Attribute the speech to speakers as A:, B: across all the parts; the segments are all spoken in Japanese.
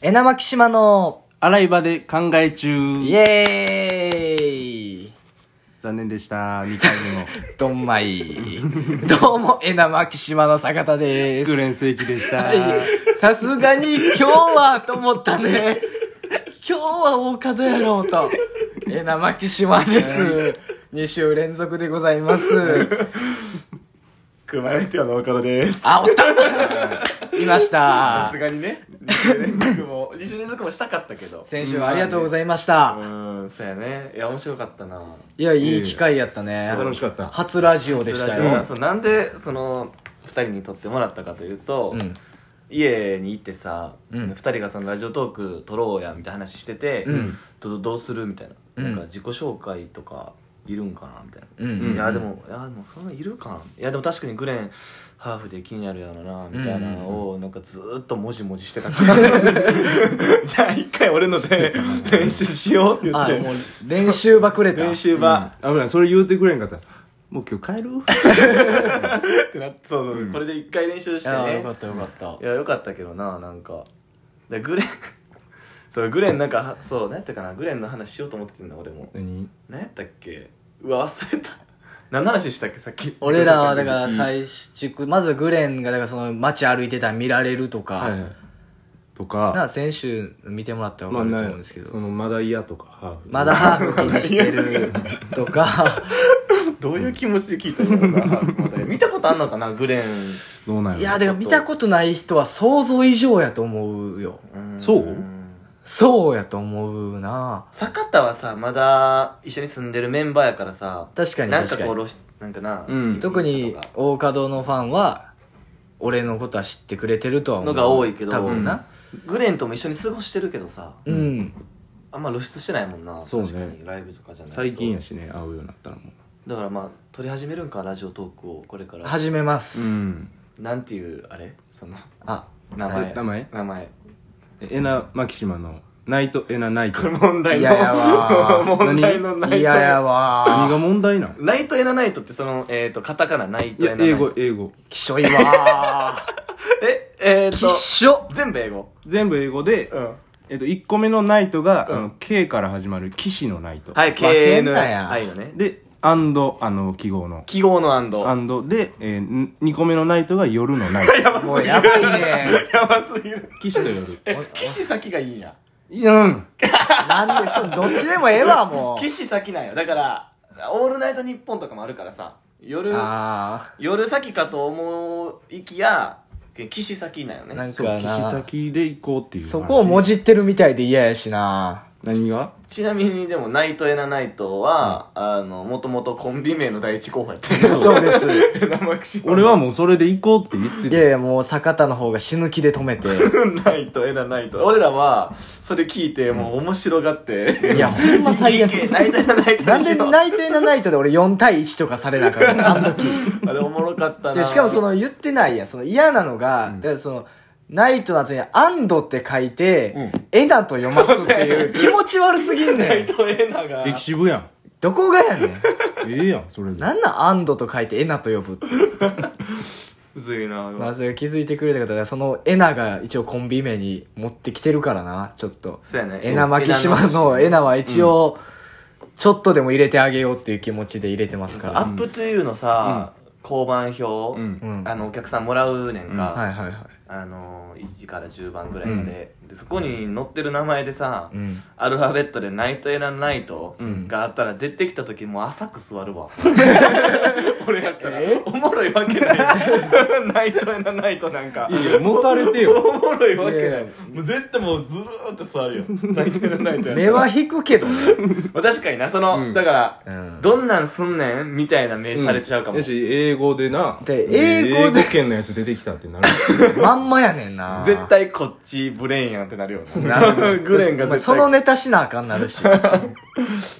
A: えなまきしまの、
B: 洗い場で考え中
A: イエーイ
B: 残念でした2回目の
A: どんま い。どうも、えなまきしまの坂田で
B: グ
A: す。
B: レン正規でした、
A: さすがに今日はと思ったね。今日は大方やろうと。えなまきしまです。2週連続でござい ます。
C: 熊谷ってはの岡田です
A: あ、おったいまし
C: さ
A: た
C: す。がにね2週連続も2週連続もしたかったけど
A: 先週はありがとうございました
C: う。んそうやねいや面白かったない
A: や、いい機会やったね。
B: 楽しかった
A: 初ラジオでした
C: それは
A: よ。
C: そうなんでその2人に撮ってもらったかというと、
A: うん。
C: 家に行ってさ、
A: う
C: 二
A: ん
C: 2人がそのラジオトーク撮ろうやみたいな話してて、
A: うん
C: どどうするみたいな,、
A: うん
C: なんか自己紹介とかいるんかなみたいな、
A: うん
C: いやでもいやでもそんないるかないやでも確かにグレンハーフで気になるやろなみたいなのをなんかずーっともじもじしてたからじゃあ一回俺ので練習しようって
A: あ、もう練習ばくれた。
C: 練習
B: あ
C: 場、
B: 危ないそれ言うてくれんかったもう今日帰る
C: ってなってそうそう、これで一回練習して
A: ああ、
C: ね
A: よかったよかった
C: い。やよかったけどななんかでグレン そうグレンなんかはそう何やったかなグレンの話しようと思ってんだ俺も
B: 何
C: 何やったっけうわ忘れた何の話したっけさっき
A: 俺らはだから最初、まずグレンがだからその街歩いてたら見られるとか、
B: はいはいと
A: な
B: か
A: あ先週見てもらったら分
B: ま
A: かると
B: あな
A: 思
B: い
A: うんですけど、
B: そのまだ嫌とかハーフ
A: まだハーフ気にしてると か、
C: どういう気持ちで聞いたのか な見たことあんのかなグレン
B: どうなん
A: い
B: や
A: や、でも見たことない人は想像以上やと思うよ。
C: うん
B: そう
A: そうやと思うな
C: 坂田はさまだ一緒に住んでるメンバーやからさ
A: 確かに
C: なんか
A: 確
C: こ
A: か
C: う
A: に。
C: ロシなんかな、
B: うん
A: 特に
C: とか
A: 大加戸のファンは、俺のことは知ってくれてるとは思う。
C: のが多いけど
A: 多分な。
C: グレンとも一緒に過ごしてるけどさ
A: う
B: うん
A: ん。
C: あんま露出してないもんな
B: そうね
C: 確かにライブとかじゃないと
B: 最近やしね会うようになったらも
C: だからまあ撮り始めるんかラジオトークをこれから
A: 始めます。
B: ううん
C: なんていうあれその
A: あ、
C: 名
A: はい
C: 前
B: 名前
C: 名前
B: えなマキシマのナイトエナナイト
C: これ問題の
A: 嫌やわー
C: 問題のナイト
A: いややわー
B: 何が問題なん
C: ナイトエナナイトってそのえっ、ー、とカタカナナイ
B: い
C: トエ
B: や
C: ナナイ
B: 英
C: ト
B: 語英語
A: きしょいわ
C: ええ
A: ー。
C: ー、
A: き
C: と
A: っしょ
C: 全部英語
B: 全部英語で
C: うん
B: えっと、1個目のナイトが、
C: うん
B: あの K から始まる騎士のナイト。
C: はい
A: 負けんな
C: KNI
A: や
C: のねで
B: で、アンド、あの、記号の。
C: 記号のアンド
B: アンドで、え2個目のナイトが夜のナイ
C: やばすぎ
A: もう
C: る
A: やばいね。
C: やばすぎる
B: ト。騎士と夜。
C: え岸先がいいん や
B: うん。
A: なんで、そう、どっちでもええわ、もう。
C: 岸先なんよだからオールナイトニッポンとかもあるからさ夜
A: あ
C: 夜先かと思いきや岸先なんよ
A: あ、
C: ね
A: なん
B: そ
A: か
B: う、騎士
A: な、
B: 先で行こうっていう話。
A: そこをもじってるみたいで嫌やしな。
B: 何が
C: ちなみにでもナイトエナナイトは、あのもともとコンビ名の第一候補やった
A: そうです。
C: 生くし
B: 俺はもうそれで行こうって言って
A: いやい
B: て。
A: や、もう坂田の方が死ぬ気で止めて。
C: ナイトエナナイ ト俺らはそれ聞いてもう面白がって、
A: いや、ほんま最
C: いけ
A: 悪。
C: ナイトエナナイト
A: なん
C: に
A: で
C: しよう
A: ナイトエナナイトで俺4対1とかされなあかったのあの時。
C: あれおもろかった
A: で
C: な
A: しかもその言ってないやんその嫌なのが、
B: うん
A: だからそのナイトの後に「アンド」って書いて、
B: うん
A: エナと読ますっていう気持ち悪すぎん
C: ナイ
A: ねん
C: トエナが
B: 歴史部やん。
A: どこがやねん
B: ええやん、それで。
A: なんなん「アンド」と書いて「エナと呼ぶって、
C: むずいな、
A: まあ、それ気づいてくれた方がその「エナが一応コンビ名に持ってきてるからなちょっと
C: そうやね
A: エナマキシマの「エナは一応、ちょっとでも入れてあげようっていう気持ちで入れてますから
C: アップトゥーのさ、交番表、
B: うん
A: う。ん
C: あのお客さんもらうねんか、
A: はいはいはい
C: あの1から10番ぐらいまで,、でそこに載ってる名前でさ、
A: うん
C: アルファベットでナイトエランナイト
B: うん
C: があったら出てきた時もう浅く座るわ 俺やったら
A: え
C: おもろいわけない ナイトエランナイトなんか
B: いやいや、持たれてよ。
C: おもろいわけない
A: いや
C: もう絶対もうずるーっと座るよナイトエランナイトやったら
A: 目は引くけどね、
C: まあ確かになその、
B: うん
C: だから
A: うん、
C: どんなんすんねんみたいな目されちゃうかも、
B: やし、英語でな。
A: で
B: え
A: 英
B: ー
A: 語で
B: 英語圏のやつ出てきたってなる。
A: まんまやねんな
C: 絶対こっちブレーンやんってなるよ
A: なるほ
C: な
A: ど
C: グレンが絶対
A: そ のネタしなあかんなるし
C: い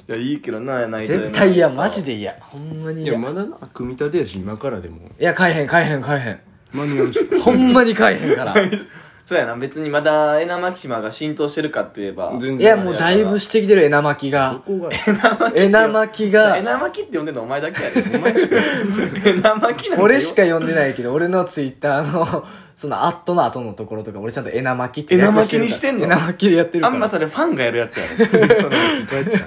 C: やいいけどなナイトエラ
A: 絶
C: ンナイト
A: 対嫌マジで嫌ほんまに
B: い
A: 嫌
B: や、
A: い
B: まだな、組み立てやし、今からでも。
A: や買えへん買えへん買え
B: 間に合うし。
A: へんほんまに買えへんから い
C: そうやな別にまだエナマキシマが浸透してるかといえば
B: 全然。
A: やもうだいぶしてきてるエナマキ
B: ど
A: が
B: こがや。
A: エナマキ
C: エ
A: が
C: ナマキって呼んでるのお前だけやでお前しかエナマキなんだよ
A: 俺しか呼んでないけど俺のツイッターの そのアットの後のところとか、俺ちゃんとエナ巻きって
C: エナ
A: 略
C: 巻
A: して
C: き
A: る
C: に
A: から
C: してんの
A: エナ巻きでやってる
C: あ
A: から。
C: んまそれファンがやるやつや
B: こ
C: ろ
B: うやってたな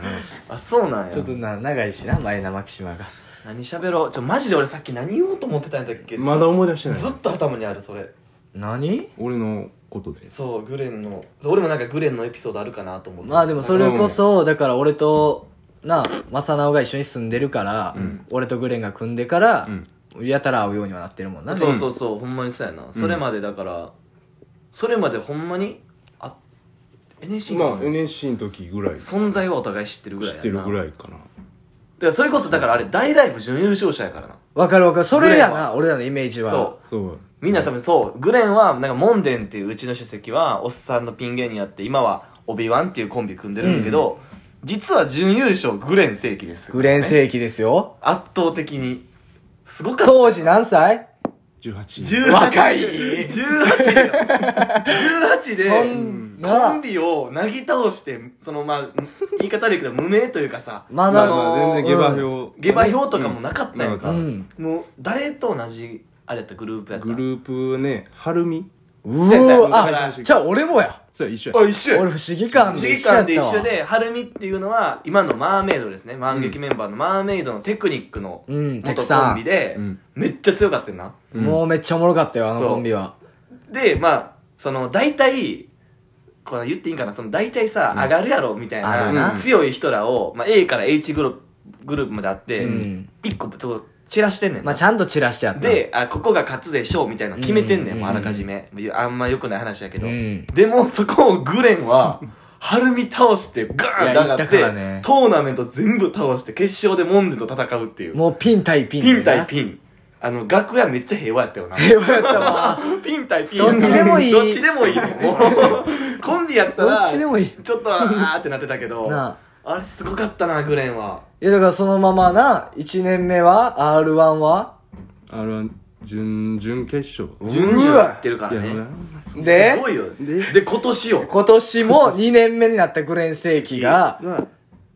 C: あそうなんや
A: ちょっとな、長いしな、前エナ巻島が。
C: 何喋ろうちょマジで俺さっき何言おうと思ってたんだっけ
B: まだ思い出してない
C: ずっと頭にあるそれ
A: 何
B: 俺のことです
C: そうグレンのそう俺もなんかグレンのエピソードあるかなと思って
A: まあでもそれこそ、だから俺と、な、正直が一緒に住んでるから、
B: うん
A: 俺とグレンが組んでから
B: う、ん
A: やたら会うようにはなってるもんな。
C: そうそうそう、ほんまにそうやな、それまでだからそれまでほんまにあ NSC
B: まあ NSC の時ぐらい知
C: 存在はお互い知ってるぐらいや
B: っ
C: な
B: てるぐ
C: い
B: らいかな
C: だからそれこそだからあれ大ライブ準優勝者やからな
A: わかるわかる。それや
C: グレン
A: な、俺らのイメージは。
C: そう
B: そう
C: みんな多分そう、グレンは、なんか、モンデンっていううちの主席は、おっさんのピン芸人やって、今は、オビワンっていうコンビ組んでるんですけど、実は準優勝、グレン世紀です。
A: グレン
C: 紀。
A: 世紀ですよ。
C: 圧倒的に。すごかった。
A: 当時何歳
B: 18
C: 18
A: 若い
C: 18だよ18で、
A: ほ
C: コ
A: んな
C: ンビをなぎ倒して、その、まあ、言い方悪いけど、無名というかさ、
A: ま
B: ま
A: だ
B: あまあ全然下馬
A: うん
B: 評
C: 下馬評とかもなかったやん
B: う
A: う
C: か。
A: ん。
C: もう、誰と同じ、あれやった、グループやった。
B: グループね春美
A: う
C: 先生
A: ー
C: だから
A: あ、じゃあ俺もや。
B: そうや一緒や
C: あ、一緒 や
A: 俺不思議感
C: 市
A: で
C: 議
A: 一緒や
C: 官
A: っ
C: で一
A: たわ
C: 緒で、はるみっていうのは、今のマーメイドですね。万劇メンバーのマーメイドのテクニックの
A: うん、たく
C: 元
A: さ
C: コンビ
A: ん。
C: で、
B: うん
C: めっちゃ強かったよな。
B: うん
A: もうめっちゃおもろかったよ、あ
C: そ
A: の
C: う
A: コンビは。
C: で、まあ、その、大体、これ言っていいんかな、その、大体さ、上がるやろ、みたい
A: あ
C: な、
A: る
B: な
C: 強い人らを、まあ、A から H グループグループまであって、
A: うん
C: 一個、ちょっと、散らしてんねんな。
A: まあちゃんと散らしてやった。、
C: で、あ、ここが勝つでしょう、みたいなの決めてんね、
A: うんん
C: もうあらかじめ。あんま良くない話やけど。
A: うん
C: でも、そこをグレン は、はるみ倒して、ガーンって上がっ
A: いや行ったから
C: て、
A: ね
C: トーナメント全部倒して、決勝でモンデンと戦うっていう。
A: もうピン対ピン。
C: ピン対ピン。あの、楽屋めっちゃ平和やったよな。
A: 平和やったわ。
C: ピン対ピン。
A: どっちでもいい
C: どっちでもいいね。も う、コンビやった
A: ど
C: ら、
A: っちでもいい。
C: ちょっと、あーってなってたけど、
A: なあ。
C: あれすごかったな、グレンは。
A: いやだからそのままな、1年目は、R1 は、
B: R1 準準決勝
C: 順々やってるから
B: いや
C: ね。
A: です
C: ごいよ。
B: で
C: で、今年 よ。
A: 今年も2年目になったグレン世紀が、
B: が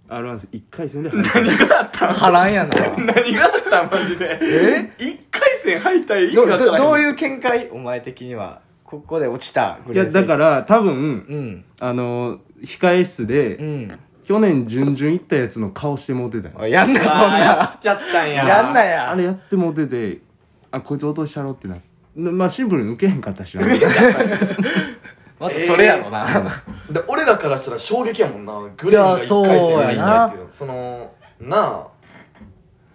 B: R11 回戦で
C: 何があった
A: 波乱やな。
C: 何があったマジで
A: え
C: 一回戦敗退意味
A: ど
C: わから
A: ど
C: ん
A: どういう見解お前的には。ここで落ちたグ
B: い
A: レ
B: や
A: ン世紀。。
B: だからら多分
A: うん。
B: あの控え室
A: う
B: で
A: ん。
B: 去年準々行ったやつの顔してモテたんよ
A: おいやんな、そん
C: あーや
A: な
C: っ。ちゃったんや
A: やんな
B: あ
A: や。
B: れやってモテてあこいつ落としたろってなまあシンプルに受けへんかったしな
A: まずそれやろな。
C: で俺らからしたら衝撃やもんなグレンが一回戦敗退っていうそのなあ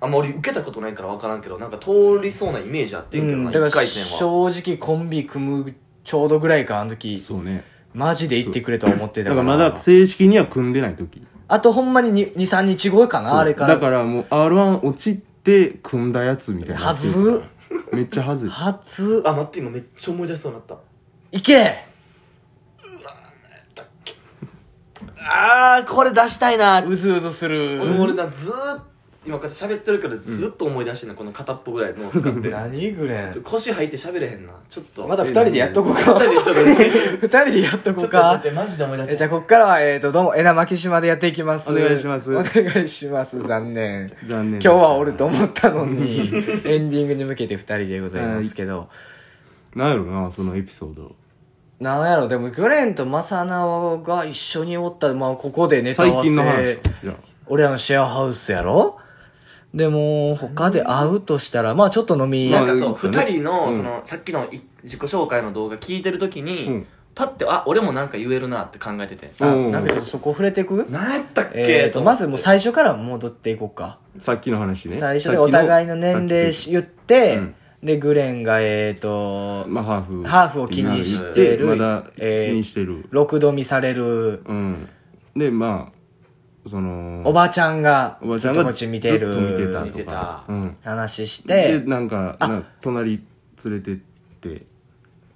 C: あんま俺受けたことないから分からんけどなんか通りそうなイメージあってんけど
A: うん
C: な
A: だから
C: 一回戦は
A: 正直コンビ組むちょうどぐらいかあの時
B: そうね
A: マジで行ってくれとは思って
B: だ
A: た
B: か
A: からら
B: まだ正式には組んでない時
A: あとほんまに23日後かなあれから
B: だからもう R1 落ちて組んだやつみたいな
A: はず
B: めっちゃはずい
A: 初
C: あ待って今めっちゃ思い出しそうになった
A: いけ
C: あーこれ出したいな
A: うずうずする
C: 俺俺なずーっと今こうやって喋ってるからずーっと思い出してんのこの片っぽぐらいのを使ってち
A: 何グレ
C: ょっと
A: ン
C: 腰入って喋れへんなちょっと
A: まだ2人でやっとこうか
C: 二人でちょっとね
A: 2人でやっとこ
C: ちょ
A: う
C: っと待っ
A: か
C: て、マジで思い出
A: え
C: せ
A: じゃあこっからはえっとどうもえなまき島でやっていきます
B: お願いします
A: お願いします残念
B: 残
A: 今
B: 念
A: 日はおると思ったのにエンディングに向けて2人でございますけど
B: なんやろなそのエピソード
A: なんやろでもグレンとマサナが一緒におった、まあ、ここでネタ
B: 最
A: 合わ
B: 近の話
A: せ
B: じゃあ
A: 俺らのシェアハウスやろでも他で会うとしたらまあちょっと飲み、
C: なんか
B: ま
C: そ
B: あ
C: う、
B: うん
C: 二人の、
B: うん
C: その、さっきのい自己紹介の動画聞いてるときに、
B: うん
C: パッて、あ、俺もなんか言えるなって考えてて。
A: あ
B: うん
A: なんかちょっとそこ触れてく
C: なんやったっけ
A: えーと
C: 思
A: ま
C: って
A: ずもう最初から戻っていこうか
B: さっきの話ね
A: 最初でお互いの年齢
B: さっき
A: 言って、
B: うん
A: でグレンがえーと
B: のまあハーフ
A: ハーフを気にしてる
B: まだ気
A: えー
B: にしてる
A: 6度見される
B: うんでまあその
A: おばちゃんが
B: おばち
A: ず
B: ゃ
A: っ
B: ん
A: と
B: が
A: こっち見てる
B: ずっと見てた
C: 見て
B: と
C: た
B: かうん
A: 話し
B: で
A: て
B: なんか
A: あ
B: な隣連れてって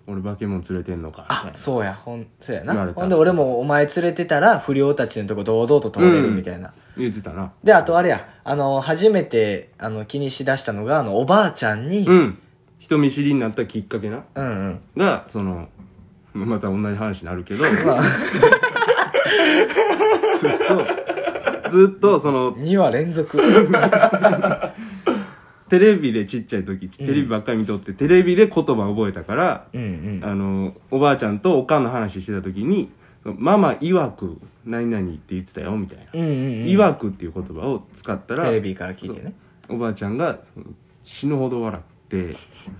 B: 俺化け物連れてんのかみた
A: あ
B: いな
A: そうやほんそうや
B: 言わ
A: な
B: れた
A: ほんで俺もお前連れてたら不良たちのとこ堂々と通れるみたいな、
B: 言ってたな
A: であとあれやあの初めてあの気にしだしたのがあのおばあちゃんに、
B: うん人見知りになったきっかけな
A: うんうん
B: がそのまた同じ話になるけど
A: まあ、
B: ず っとずっとその
A: 2話連続
B: テレビでちっちゃい時テレビばっかり見とって、テレビで言葉覚えたから、
A: うんうん
B: あのおばあちゃんとおかんの話してた時に「ママ曰く何々って言ってたよ」みたいな
A: うんうん
B: 「
A: うん
B: 曰く」っていう言葉を使ったら
A: テレビから聞いてね
B: おばあちゃんがうん死ぬほど笑って
A: うん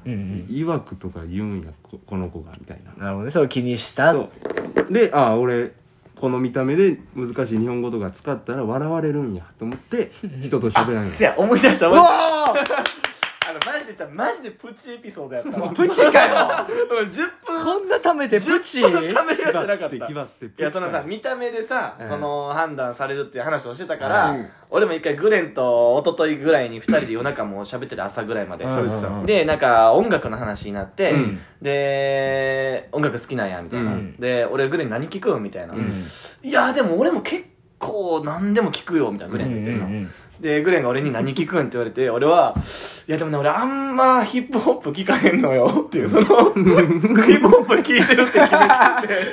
A: う
B: 「
A: ん
B: 曰く」とか言うんやここの子がみたいな。
A: なるほどねそれを気にした
B: そうでああ俺この見た目で難しい日本語とか使ったら笑われるんやと思 って人と喋らない
C: せや思い出した
A: う
C: 思い出した
A: わー
C: あのマジでさマジでプチエピソードやったわ
A: プチかよ
C: うん10分
A: こんな貯めてプチ
C: 10分ためるやつ
B: 気
C: な
B: 張
C: かっ
B: って
C: た
B: 気張って
C: いやそのさ見た目でさ、
A: うん
C: その判断されるっていう話をしてたから、
B: うん
C: 俺も一回グレンと一昨日ぐらいに2人で夜中もう喋ってて朝ぐらいまで、
A: うんうんうん
C: でなんか音楽の話になって、
B: うん
C: で音楽好きなんやみたいな、
B: うん
C: で俺グレン何聞くよみたいな、
A: うん
C: いやでも俺も結構何でも聞くよみたいなグレンって言ってさ、でグレンが俺に何聞くんって言われて俺はいやでもね俺あんまヒップホップ聞かへんのよっていうそのヒップホップ聞いてるって決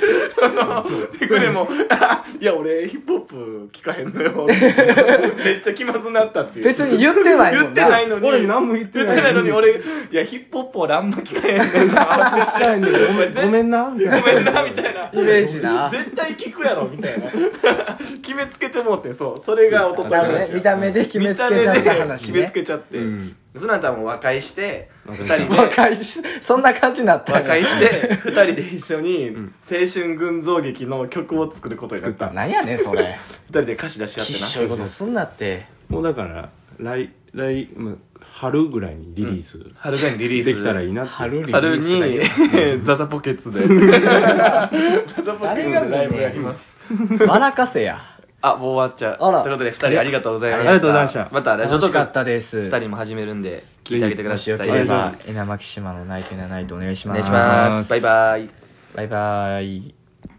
C: めててそのでグレンも あいや俺ヒップホップ聞かへんのよってめっちゃ気まずなったっていう
A: 別に言ってない
C: 言
A: も
C: っ
A: ん
C: て
A: な
C: ないのに
B: 俺何も言って
C: 言
B: ない
C: ってないのに俺いやヒップホップ俺あんま聞かへんのよ な
B: 聞かへんねん ごめんごめんなみたいな
C: ごめんなみたいな
A: イメージな
C: 絶対聞くやろみたいな 決めつけてもうてそうそれが一昨日
A: な
C: の
A: るほど
C: 話
A: ね
C: よ
A: 見た目で決めつけちゃった話
C: 見た目で決め
A: ね
C: つけちゃって、
B: うん
C: その後はもう和解して
B: 和
C: 二
B: 解
C: 人 で
A: 和解しそんな感じになった
C: 和解
A: し
C: して二人で一緒に
B: ん
C: 青春群像劇の曲を作ることになった
A: なんやねんそれ
C: 二人で歌詞出し合って
A: きっ
C: な
A: しょいことすんなって
B: もうだから来来まあ春ぐらいにリリース
C: 春ぐらいにリリース
B: できたらいいなって
A: 春リリ
C: 春
A: ースだよ
C: にザザポケツでザザポケツでライブやります
A: 笑かせや
C: あもう終わっちゃう
A: あら
C: ということで二人ありがとうございました
B: ありがとうございました
C: またラジオ
A: 楽
C: ト
A: しか
C: ー
A: っ
C: ク
A: たです
C: 二人も始めるんで聞いてあげてく
A: も
C: だ
A: し
C: さい
A: よけれ
B: お願いし
A: ば
B: ま
A: 稲巻島のナイトイナナイトお願いし
C: お
A: ま
C: 願い
A: す
C: しますバイバイ
A: バイバイ